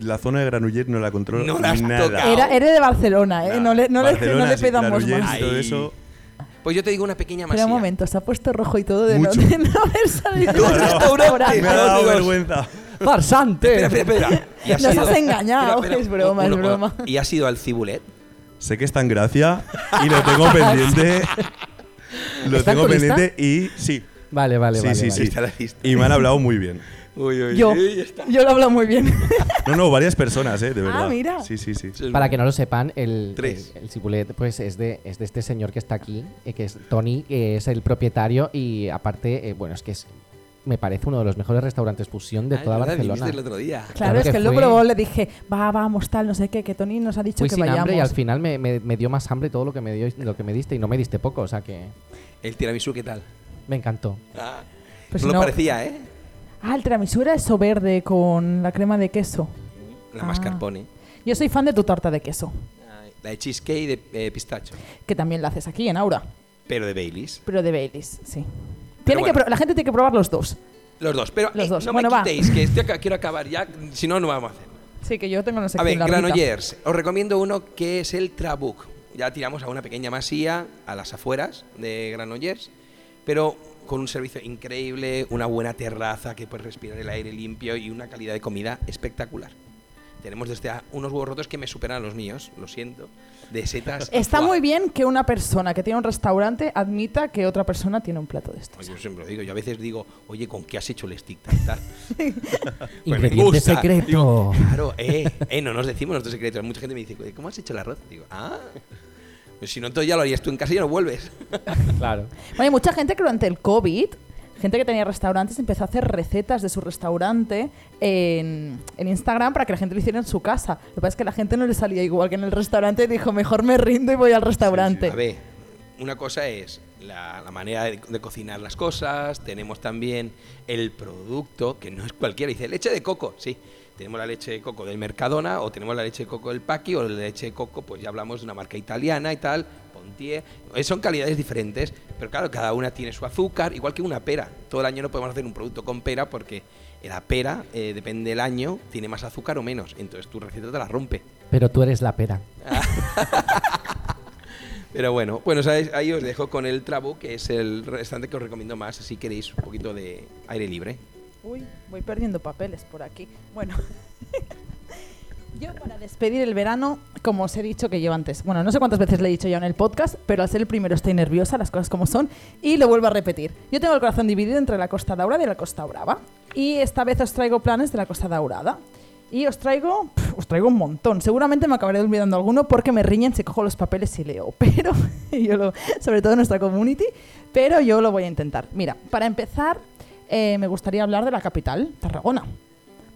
La zona de Granollers no la controlo No la has nada. tocado. Era, era de Barcelona, ¿eh? No le, no le- Barcelona, no le sí, pedamos Granollers más. y todo Ay. eso. Pues yo te digo una pequeña Pero masía. un momento, se ha puesto rojo y todo de no, Mucho. de no haber salido Todo del el restaurante. restaurante. Me ha dado Dios. vergüenza. ¡Farsante! Espera, espera, espera. Y ha Nos sido- has engañado. Espera, espera, Es broma, es uno- uno- broma. Y ha sido al Cibulet. Sé que está en Gracia y lo tengo pendiente. Lo ¿Está en tengo tu lista? pendiente y sí. Vale, vale, Sí, vale. sí, vale. sí. Está la lista. Y me han hablado muy bien. Uy, uy, Yo, uy, ya está. yo lo hablo muy bien. No, no, varias personas, ¿eh? De verdad. Ah, mira. Sí, sí, sí. Para que no lo sepan, el, Tres. el, el cibulet, pues es de, es de este señor que está aquí, eh, que es Tony, que es el propietario y aparte, eh, bueno, es que es, me parece uno de los mejores restaurantes fusión de Ah, toda es verdad, Barcelona. viniste el otro día. Claro, Claro es que que luego fue. luego le dije, va, vamos, tal, no sé qué, que Tony nos ha dicho Fui que sin hambre y al vayamos. final me, me- me dio más hambre todo lo que me dio lo que me diste y no me diste poco, o sea que El tiramisú, ¿qué tal? me encantó. Ah, Pues no no. lo parecía, ¿eh? Ah, el tiramisú era eso verde con la crema de queso. La Ah. mascarpone. Yo soy fan de tu tarta de queso, Ay, La de cheesecake de eh, pistacho. que también la haces aquí en Aura, Pero de Baileys. pero de Baileys, sí. Tienen que bueno. pro- la gente tiene que probar los dos. Los dos. Pero Los eh, dos. no Bueno, me va. quitéis, que estoy acá- quiero acabar ya. Si no, no vamos a hacer. Sí, que yo tengo no sé A ver, Granollers. Os recomiendo uno que es el Trabuc. Ya tiramos a una pequeña masía a las afueras de Granollers, pero con un servicio increíble, una buena terraza que puedes respirar el aire limpio y una calidad de comida espectacular. Tenemos desde a- unos huevos rotos que me superan a los míos, lo siento, de setas. Está ¡Buah! muy bien que una persona que tiene un restaurante admita que otra persona tiene un plato de estos. Yo siempre lo digo, yo a veces digo, oye, ¿con qué has hecho el stick tal, tal? Pues me Ingrediente gusta. secreto. Digo, claro, eh, eh, no nos decimos nuestros secretos. Mucha gente me dice, "Oye, ¿cómo has hecho el arroz? Digo, ah, pues si no, entonces ya lo harías tú en casa y ya no vuelves. Claro. Bueno, hay mucha gente que durante el COVID, gente que tenía restaurantes, empezó a hacer recetas de su restaurante en, en Instagram para que la gente lo hiciera en su casa. Lo que pasa es que la gente no le salía igual que en el restaurante y dijo, mejor me rindo y voy al restaurante. A ver, una cosa es la, la manera de, de cocinar las cosas, tenemos también el producto, que no es cualquiera, dice leche de coco, sí. Tenemos la leche de coco del Mercadona, o tenemos la leche de coco del Paqui, o la leche de coco, pues ya hablamos de una marca italiana y tal, Pontier. Eh, Son calidades diferentes, pero claro, cada una tiene su azúcar, igual que una pera. Todo el año no podemos hacer un producto con pera porque la pera, eh, depende del año, tiene más azúcar o menos. Entonces tu receta te la rompe. Pero tú eres la pera. Pero bueno, bueno, ¿sabes? ahí os dejo con el Trabu, que es el restaurante que os recomiendo más si queréis un poquito de aire libre. Uy, voy perdiendo papeles por aquí. Bueno. Yo para despedir el verano, como os he dicho que llevo antes, bueno, no sé cuántas veces le he dicho ya en el podcast, pero al ser el primero estoy nerviosa, las cosas como son, y lo vuelvo a repetir. Yo tengo el corazón dividido entre la Costa Daurada y la Costa Brava, y esta vez os traigo planes de la Costa Daurada. Y os traigo, pf, os traigo un montón. Seguramente me acabaré olvidando alguno porque me riñen si cojo los papeles y leo. Pero, yo lo, sobre todo en nuestra community, pero yo lo voy a intentar. Mira, para empezar, eh, me gustaría hablar de la capital, Tarragona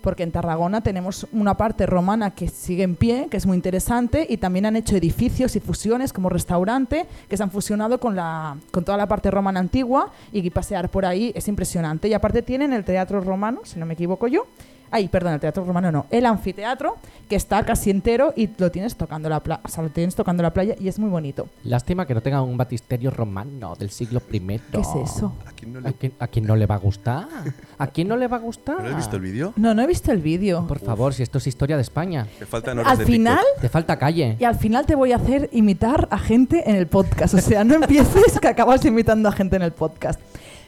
porque en Tarragona tenemos una parte romana que sigue en pie, que es muy interesante, y también han hecho edificios y fusiones como restaurante, que se han fusionado con, la, con toda la parte romana antigua, y pasear por ahí es impresionante. Y aparte tienen el Teatro Romano, si no me equivoco yo, ay, perdón, el Teatro Romano no, el anfiteatro, que está casi entero y lo tienes tocando la, pla- o sea, lo tienes tocando la playa y es muy bonito. Lástima que no tenga un batisterio romano del siglo I. ¿Qué es eso? ¿A quién no ¿A le.? quién, a quién no le va a gustar? ¿A quién no le va a gustar? ¿No le has visto el vídeo? No, no he visto el vídeo. Por favor, si esto es historia de España. Me faltan horas Al de final... TikTok. Te falta calle. Y al final te voy a hacer imitar a gente en el podcast. O sea, no empieces que acabas imitando a gente en el podcast.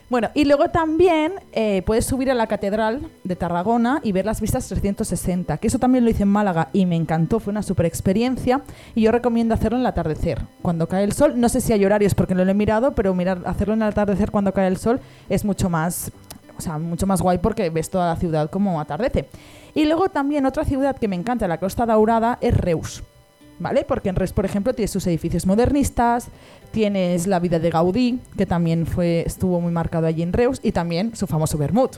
Bueno, y luego también eh, puedes subir a la catedral de Tarragona y ver las vistas 360, que eso también lo hice en Málaga y me encantó, fue una super experiencia y yo recomiendo hacerlo en el atardecer, cuando cae el sol. No sé si hay horarios porque no lo he mirado, pero mirar, hacerlo en el atardecer cuando cae el sol es mucho más, o sea, mucho más guay porque ves toda la ciudad como atardece. Y luego también otra ciudad que me encanta, la Costa Daurada, es Reus. ¿Vale? Porque en Reus, por ejemplo, tienes sus edificios modernistas, tienes la vida de Gaudí, que también fue, estuvo muy marcado allí en Reus, y también su famoso Bermud,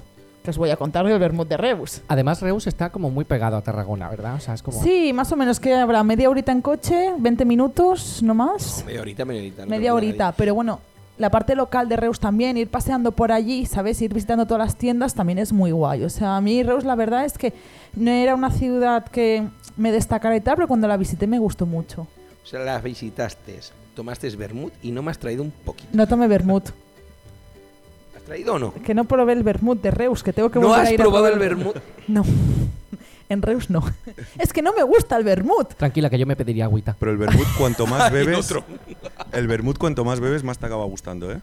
que os voy a contar el Bermud de Reus. Además, Reus está como muy pegado a Tarragona, ¿verdad? O sea, es como. Sí, más o menos que habrá media horita en coche, 20 minutos, no más. Media horita, media horita. no media creo que nadie- horita, pero bueno, la parte local de Reus también, ir paseando por allí, ¿sabes? Ir visitando todas las tiendas también es muy guay. O sea, a mí Reus la verdad es que no era una ciudad que me destacara y tal, pero cuando la visité me gustó mucho. O sea, las visitaste, tomaste vermut y no me has traído un poquito. No tomé vermut, ¿Has traído o no? que no probé el vermut de Reus, que tengo que ¿No volver a has ir a probado probar el vermut? No. En Reus no. Es que no me gusta el vermut. Tranquila, que yo me pediría agüita. Pero el vermut, cuanto más bebes. otro. El vermut, cuanto más bebes, más te acaba gustando, ¿eh?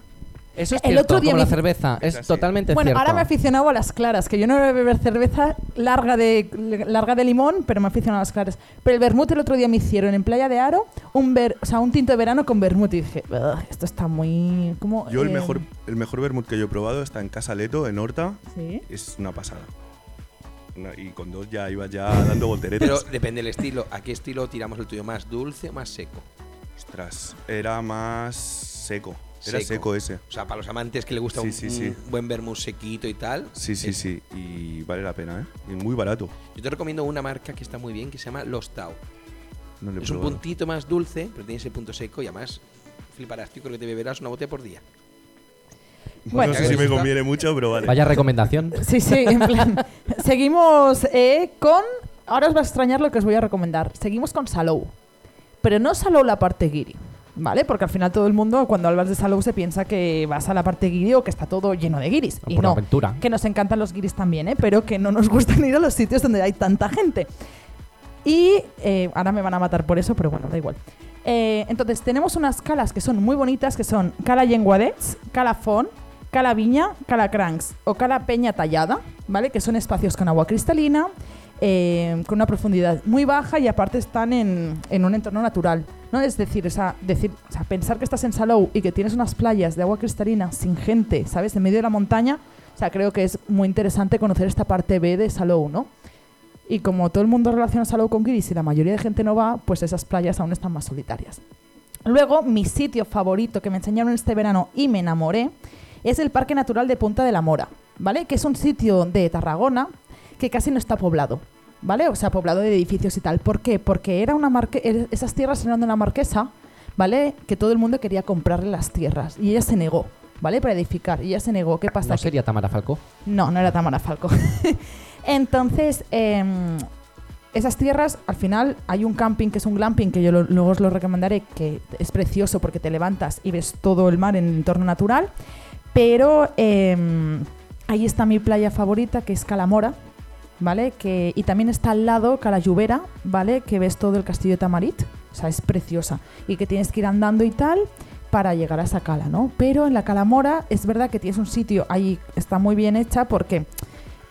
Eso es El cierto, otro día como me la hice- cerveza. Es, Es así. totalmente Bueno, cierto. ahora me he aficionado a las claras, que yo no voy a beber cerveza larga de, larga de limón, pero me he aficionado a las claras. Pero el vermut el otro día me hicieron en Playa de Aro un, ver, o sea, un tinto de verano con vermut y dije, "Ugh, esto está muy... Como, Yo el eh, mejor, el mejor vermut que yo he probado está en Casa Leto, en Horta. Sí. Es una pasada. Una- y con dos ya iba ya dando volteretas. Pero depende del estilo. ¿A qué estilo tiramos el tuyo? ¿Más dulce o más seco? Ostras, era más seco. Era Seco. seco, ese. O sea, para los amantes que le gusta Sí, un, sí, sí. un buen vermut sequito y tal. Sí, sí, es- sí. Y vale la pena, ¿eh? Y muy barato. Yo te recomiendo una marca que está muy bien que se llama Los Tao. No le he Es un probado. puntito más dulce, pero tiene ese punto seco y además fliparás. Yo creo que te beberás una botella por día. Bueno. no sé si me conviene mucho, pero vale. Vaya recomendación. Sí, sí, en plan. Seguimos eh, con. Ahora os va a extrañar lo que os voy a recomendar. Seguimos con Salou. Pero no Salou la parte guiri, ¿vale? Porque al final todo el mundo, cuando hablas de Salou, se piensa que vas a la parte guiri o que está todo lleno de guiris. O y por no. aventura. Que nos encantan los guiris también, ¿eh? Pero que no nos gustan ir a los sitios donde hay tanta gente. Y eh, ahora me van a matar por eso, pero bueno, da igual. Eh, entonces, tenemos unas calas que son muy bonitas, que son Cala Yenguadets, Cala Fon, Cala Viña, Cala Cranks o Cala Peña Tallada, ¿vale? Que son espacios con agua cristalina, eh, con una profundidad muy baja y aparte están en, en un entorno natural, ¿no? Es decir, o sea, decir, o sea, pensar que estás en Salou y que tienes unas playas de agua cristalina sin gente, ¿sabes? En medio de la montaña, o sea, creo que es muy interesante conocer esta parte B de Salou, ¿no? Y como todo el mundo relaciona Salou con Kiris y la mayoría de gente no va, pues esas playas aún están más solitarias. Luego, mi sitio favorito que me enseñaron este verano y me enamoré es el Parque Natural de Punta de la Mora, ¿vale? Que es un sitio de Tarragona que casi no está poblado, ¿vale? O sea, poblado de edificios y tal. ¿Por qué? Porque era una marque er- esas tierras eran de una marquesa, ¿vale? Que todo el mundo quería comprarle las tierras y ella se negó, ¿vale? Para edificar. Y ella se negó. ¿Qué pasa? No Que- sería Tamara Falcó. no, no era Tamara Falco. Entonces, em, esas tierras, al final, hay un camping que es un glamping, que yo lo- luego os lo recomendaré, que es precioso porque te levantas y ves todo el mar en el entorno natural. Pero em, ahí está mi playa favorita, que es Calamora, ¿vale? Que, y también está al lado Cala Lluvera, ¿vale? Que ves todo el castillo de Tamarit. O sea, es preciosa. Y que tienes que ir andando y tal para llegar a esa cala, ¿no? Pero en la Calamora es verdad que tienes un sitio, ahí está muy bien hecha porque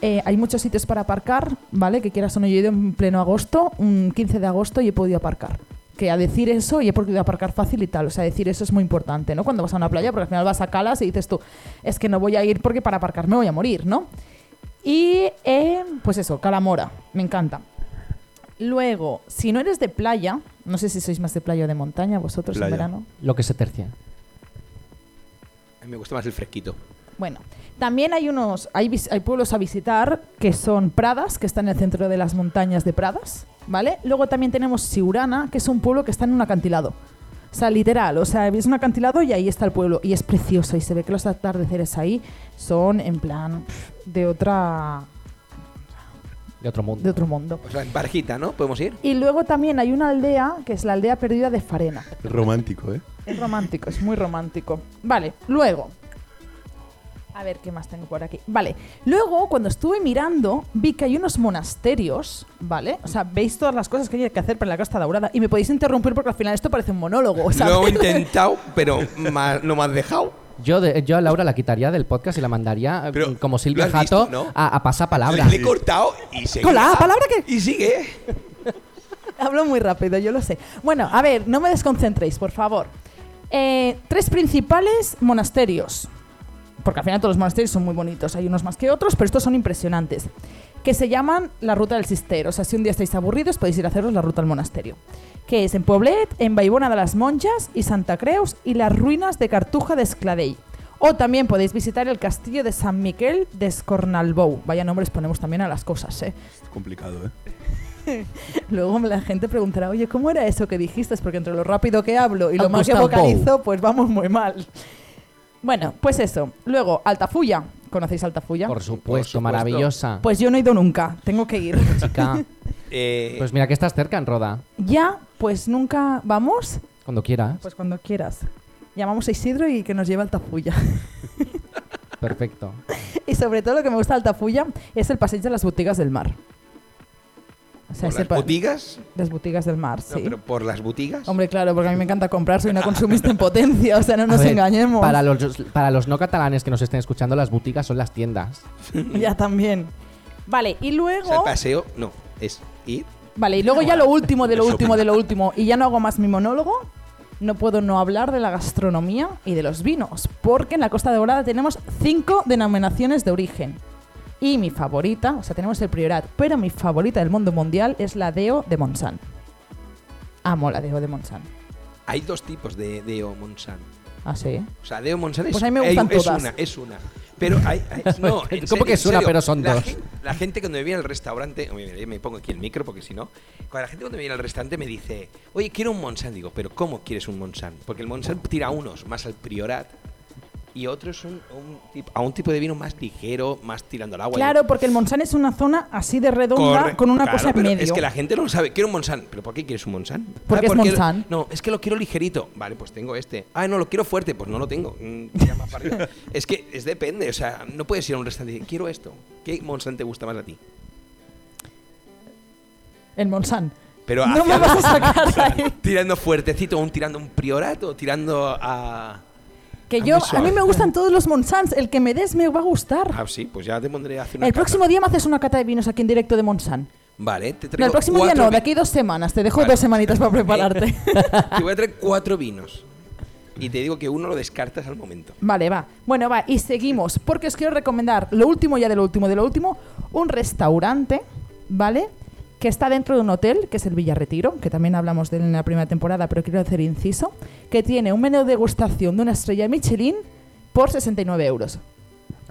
eh, hay muchos sitios para aparcar, ¿vale? Que quieras o no, yo he ido en pleno agosto, un 15 de agosto y he podido aparcar. Que a decir eso, y he podido aparcar fácil y tal. O sea, decir eso es muy importante, ¿no? Cuando vas a una playa, porque al final vas a calas y dices tú, es que no voy a ir porque para aparcar me voy a morir, ¿no? Y eh, pues eso, Calamora, me encanta. Luego, si no eres de playa, no sé si sois más de playa o de montaña vosotros en Playa. verano. Lo que se tercia. A mí me gusta más el fresquito. Bueno, también hay unos, hay, vis- hay pueblos a visitar que son Pradas, que está en el centro de las montañas de Pradas, ¿vale? Luego también tenemos Siurana, que es un pueblo que está en un acantilado. O sea, literal, o sea, ves un acantilado y ahí está el pueblo. Y es precioso y se ve que los atardeceres ahí son en plan pff, de otra De otro mundo. de otro mundo. O sea, en barjita, ¿no? ¿Podemos ir? Y luego también hay una aldea que es la aldea perdida de Farena. Romántico, ¿eh? Es romántico, es muy romántico. Vale, luego. A ver qué más tengo por aquí. Vale, luego cuando estuve mirando vi que hay unos monasterios, ¿vale? O sea, veis todas las cosas que hay que hacer para la Costa Daurada y me podéis interrumpir porque al final esto parece un monólogo, ¿sabes? Lo he intentado, pero ma- no me has dejado. Yo, de- yo a Laura la quitaría del podcast y la mandaría eh, Pero, como Silvia ¿lo has Jato visto, no? a, a pasapalabra. Le he cortado y seguía. Con la A, palabra Pues que- Y sigue. Hablo muy rápido, yo lo sé. Bueno, a ver, no me desconcentréis, por favor. Eh, tres principales monasterios. Porque al final todos los monasterios son muy bonitos. Hay unos más que otros, pero estos son impresionantes. que se llaman la Ruta del Cister. O sea, si un día estáis aburridos, podéis ir a haceros la Ruta al Monasterio. Que es en Poblet, en Baibona de las Monjas y Santa Creus y las ruinas de Cartuja de Escladell. O también podéis visitar el castillo de San Miquel de Escornalbou. Vaya nombres ponemos también a las cosas, ¿eh? Es complicado, ¿eh? Luego la gente preguntará, oye, ¿cómo era eso que dijiste? Porque entre lo rápido que hablo y lo más que Acostambo. vocalizo, pues vamos muy mal. Bueno, pues eso. Luego, Altafulla. ¿Conocéis Altafulla? Por supuesto, supuesto. maravillosa. Pues yo no he ido nunca, tengo que ir. Chica, Eh, pues mira que estás cerca en Roda. ya, pues nunca vamos. Cuando quieras. Pues cuando quieras. Llamamos a Isidro y que nos lleve a Altafulla. Perfecto. y sobre todo lo que me gusta de Altafulla es el paseo de las botigas del mar. O sea, ¿Por ese las pa- botigas? Las botigas del mar, No, sí. pero por las botigas. Hombre, claro, porque a mí me encanta comprar, soy una consumista en potencia, o sea, no A nos ver, engañemos. Para los, para los no catalanes que nos estén escuchando, las boutiques son las tiendas. Ya también. Vale, y O sea, el luego. paseo, no, es ir. Vale, y luego ya lo último de lo Eso. último de lo último. Y ya no hago más mi monólogo. No puedo no hablar de la gastronomía y de los vinos, porque en la Costa Dorada tenemos cinco denominaciones de origen. Y mi favorita, o sea, tenemos el Priorat, pero mi favorita del mundo mundial es la Deo de Monsan. Amo la Deo de Monsan. Hay dos tipos de, de Deo Monsan. Ah, sí. O sea, Deo Monsan es, Pues a mí me gustan es todas. una, es una. Pero hay, hay- no, en ¿Cómo serio, que es en una, serio? pero son La dos? gen- la gente cuando me viene al restaurante, oye, mira, yo me pongo aquí el micro porque si no, cuando la gente cuando me viene al restaurante me dice, oye, quiero un Monsan, digo, pero ¿cómo quieres un Monsan? Porque el Monsan tira unos más al priorat y otros son a un tip- a un tipo de vino más ligero, más tirando al agua. Claro, porque el Monsan es una zona así de redonda Corre- con una claro, cosa en pero medio. Es que la gente no sabe. Quiero un Monsan. ¿Pero por qué quieres un Monsan? Porque Ah, es Monsan. No, es que lo quiero ligerito. Vale, pues tengo este. Ah, no, lo quiero fuerte. Pues no lo tengo. Mm, tira más para arriba. es que es depende. O sea, no puedes ir a un restaurante y decir, quiero esto. ¿Qué Monsan te gusta más a ti? El Monsan. Pero No me hacia- vas a sacar de ahí. tirando fuertecito, un tirando un priorato, tirando a. Que yo, Ah, muy a suave. mí me gustan todos los Monsans. El que me des me va a gustar. Ah, sí, pues ya te pondré a hacer una el cata. próximo día me haces una cata de vinos aquí en directo de Monsan. Vale, te traigo. No, el próximo día cuatro no, de vi- aquí dos semanas. Te dejo Vale. dos semanitas para prepararte. Te voy a traer cuatro vinos. Y te digo que uno lo descartas al momento. vale, va. Bueno, va, y seguimos. Porque os quiero recomendar, lo último ya de lo último de lo último, un restaurante, ¿vale? Que está dentro de un hotel, que es el Villarretiro, que también hablamos de él en la primera temporada, pero quiero hacer inciso, que tiene un menú de degustación de una estrella Michelin por 69 euros.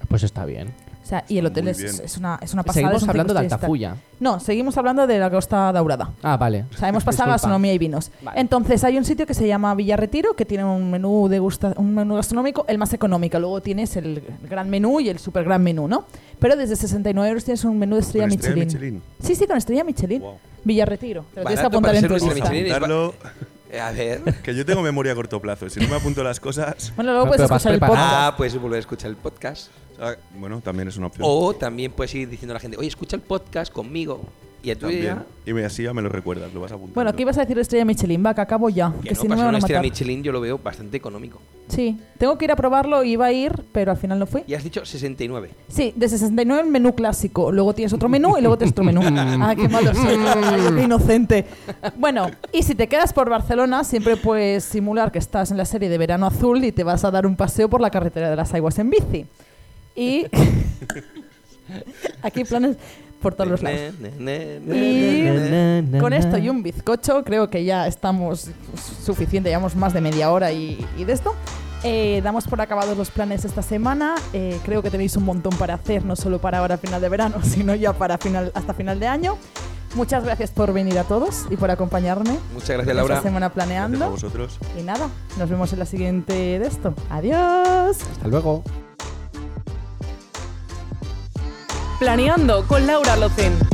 Pues está bien. O sea, y el hotel muy es, bien. es una, es una pasada. es Seguimos un hablando de cinco estrellas. Altafulla. No, seguimos hablando de la Costa Daurada. Ah, vale. O sea, hemos pasado a Disculpa. gastronomía y vinos. Vale. Entonces hay un sitio que se llama Villarretiro, que tiene un menú de un menú gastronómico, el más económico. Luego tienes el gran menú y el super gran menú, ¿no? Pero desde 69 euros tienes un menú de estrella, ¿Con estrella Michelin. Michelin? Sí, sí, con estrella Michelin. Wow. Villarretiro. Te lo tienes que Barato apuntar para en ser tu una lista. estrella Pues Michelin. es ba- Apuntarlo, Eh, A ver. que yo tengo memoria a corto plazo. y Si no me apunto las cosas. Bueno, luego No, puedes pero vas escuchar el preparado. podcast. Ah, puedes volver a escuchar el podcast. ah, Bueno, también es una opción. O también puedes ir diciendo a la gente, oye, escucha el podcast conmigo. Y a tu También. idea. Y me- así ya me lo recuerdas, lo vas a apuntar. Bueno, aquí vas a decir estrella Michelin, va, que acabo ya. Que, Que, no, si no me para ser van una a estrella matar. este Michelin yo lo veo bastante económico. Sí, tengo que ir a probarlo, iba a ir, pero al final no fui. Y has dicho 69. Sí, de 69 el menú clásico, luego tienes otro menú y luego tienes otro menú. ah, qué malo soy, ay, qué inocente. Bueno, y si te quedas por Barcelona, siempre puedes simular que estás en la serie de Verano Azul y te vas a dar un paseo por la carretera de las aguas en bici. Y aquí hay planes por todos los lados. Ne, ne, ne, Y- ne, ne, ne. Con esto y un bizcocho, creo que ya estamos suficiente, llevamos más de media hora y, y de esto. Eh, damos por acabados los planes esta semana. Eh, creo que tenéis un montón para hacer, no solo para ahora final de verano, sino ya para final, hasta final de año. Muchas gracias por venir a todos y por acompañarme Muchas gracias, esta Laura. semana Gracias a planeando. vosotros. Y nada, nos vemos en la siguiente de esto. Adiós. Hasta luego. Planeando con Laura Lozén.